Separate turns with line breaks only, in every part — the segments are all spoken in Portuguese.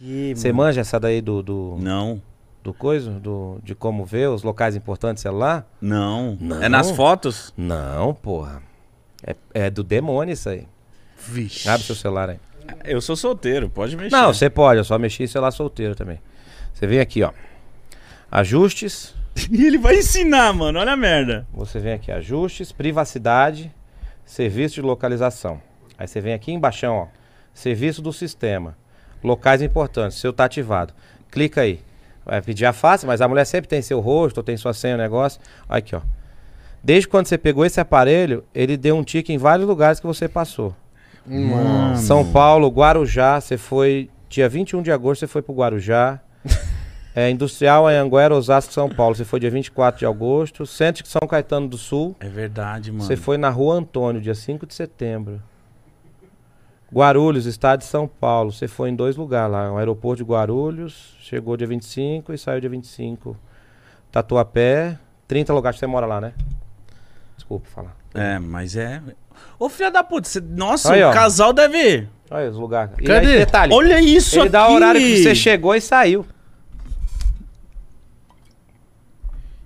Ih,
Você manja essa daí do, do,
Não,
do coisa? Do, de como ver os locais importantes, sei lá?
não.
Não?
É nas fotos?
Não, porra. É, é do demônio isso aí.
Vixe.
Abre seu celular aí.
Eu sou solteiro, pode mexer.
Não, você pode, eu só mexi em celular solteiro também. Você vem aqui, ó. Ajustes.
E ele vai ensinar, mano. Olha a merda.
Você vem aqui, ajustes, privacidade, serviço de localização. Aí você vem aqui embaixo, ó. Serviço do sistema. Locais importantes, seu tá ativado. Clica aí. Vai pedir a face, mas a mulher sempre tem seu rosto, ou tem sua senha, o negócio. Aqui, ó. Desde quando você pegou esse aparelho, ele deu um tique em vários lugares que você passou.
Mano.
São Paulo, Guarujá, você foi. Dia 21 de agosto você foi pro Guarujá. é, Industrial, Anhanguera, Osasco, São Paulo. Você foi dia 24 de agosto. Centro de São Caetano do Sul.
É verdade, mano.
Você foi na Rua Antônio, dia 5 de setembro. Guarulhos, estado de São Paulo. Você foi em dois lugares lá. O aeroporto de Guarulhos, chegou dia 25 e saiu dia 25. Tatuapé, 30 lugares que você mora lá, né? Desculpa falar.
É, mas é. Ô, filha da puta, você- nossa,
Aí,
o
ó.
casal deve ir.
Olha os lugares. E
Cadê?
aí, detalhe.
Olha isso
Ele
aqui.
dá o horário que você chegou e saiu.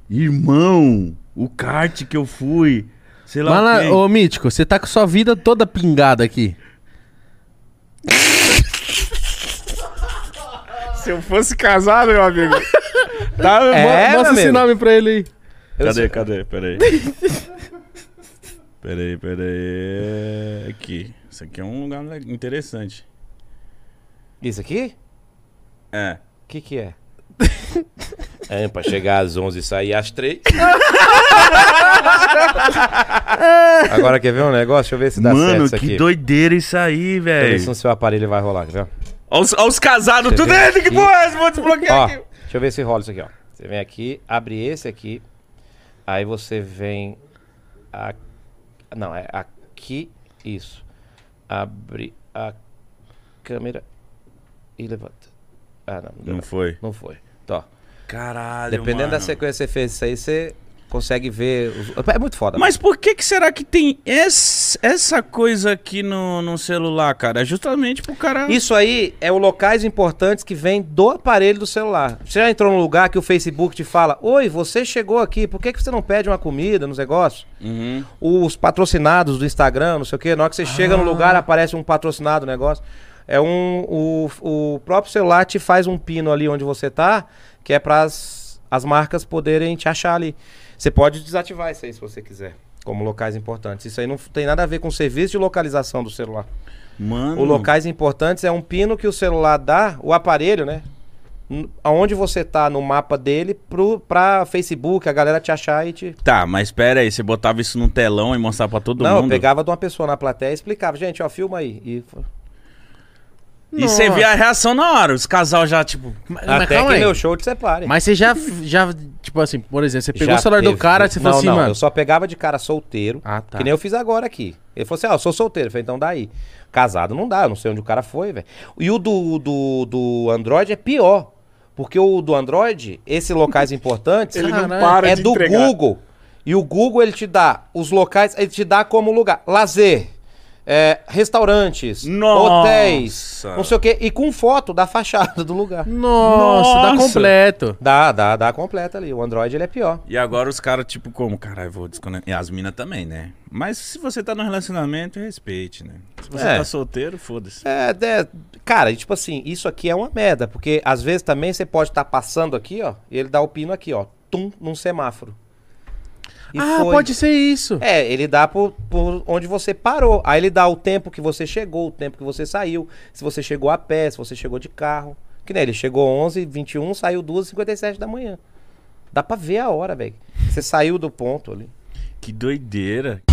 Irmão, o kart que eu fui. Sei lá.
Vai
o
lá,
quê.
ô Mítico, você tá com sua vida toda pingada aqui.
Se eu fosse casado, meu amigo. tá,
É,
Mo-
meu
Mostra esse
amigo.
nome pra ele aí.
Eu
Cadê,
sei-
cadê? Peraí. peraí, peraí. Aqui. Isso aqui é um lugar le- interessante.
Isso aqui?
É.
O que que é? É, pra chegar às 11 e sair às 3. Agora quer ver um negócio? Deixa eu ver se dá certo
Mano,
isso
que
aqui.
doideira isso aí,
Deixa eu ver
velho.
se no seu aparelho vai rolar, quer ver?
Olha os, olha os casados, tudo
vê
dentro. Que
aqui?
porra é essa? Vou desbloquear
Ó,
aqui.
deixa eu ver se rola isso aqui, ó. Você vem aqui, abre esse aqui. Aí você vem. A... Não, é aqui. Isso. Abre a câmera e levanta. Ah, não.
Não foi.
Não foi. Então, ó,
Caralho,
dependendo da
mano.
sequência que você fez isso aí, você consegue ver. os- É muito foda.
Mas por que, que será que tem es- essa coisa aqui no, no celular, cara? É Justamente pro cara.
Isso aí é o locais importantes que vem do aparelho do celular. Você já entrou num lugar que o Facebook te fala: Oi, você chegou aqui, por que, que você não pede uma comida nos negócios?
Uhum.
Os patrocinados do Instagram, não sei o quê, na hora que você chega no lugar aparece um patrocinado no negócio. É um. O, o próprio celular te faz um pino ali onde você tá, que é para as marcas poderem te achar ali. Você pode desativar isso aí se você quiser, como locais importantes. Isso aí não tem nada a ver com o serviço de localização do celular.
Mano.
O locais importantes é um pino que o celular dá, o aparelho, né? N- Aonde você tá no mapa dele pro, pra Facebook, a galera te achar e te.
Tá, mas pera aí, você botava isso num telão e mostrava pra todo
não, eu
mundo?
pegava de uma pessoa na plateia e explicava, gente, ó, filma aí. E... f-
E você
Nossa.
via a reação na hora, os casal já, tipo...
Mas, mas
Até
calma
que
aí.
meu show te separe.
Mas você já, já, tipo assim, por exemplo, você pegou
Já
o celular do
teve.
cara e você falou
Não,
assim,
não,
mano.
Eu só pegava de cara solteiro.
Ah, tá.
Que nem eu fiz agora aqui. Ele falou assim: ah, eu sou solteiro. Eu falei, então daí. Casado não dá, eu não sei onde o cara foi, velho. E o do, do, do Android é pior. Porque o do Android, esses locais importantes,
Ele não
Caralho.
para
é
de
do
entregar.
Google. E o Google, ele te dá os locais, ele te dá como lugar. Lazer. é, restaurantes,
Nossa.
hotéis, não sei o quê, e com foto da fachada do lugar.
Nossa, dá
Nossa.
completo.
Dá, dá, dá completa ali. O Android ele é pior.
E agora os caras, tipo, como? Caralho, vou desconectar. E as minas também, né? Mas se você tá no relacionamento, respeite, né? Se você
É.
tá solteiro, foda-se.
É, né, cara, e tipo assim, isso aqui é uma merda, porque às vezes também você pode estar passando aqui, ó, e ele dá o pino aqui, ó, tum, num semáforo. E
ah,
foi.
pode ser isso.
É, ele dá por, por onde você parou. Aí ele dá o tempo que você chegou, o tempo que você saiu, se você chegou a pé, se você chegou de carro. Que nem ele chegou 11 21 saiu 2h57 da manhã. Dá pra ver a hora, velho. Você saiu do ponto ali.
Que doideira.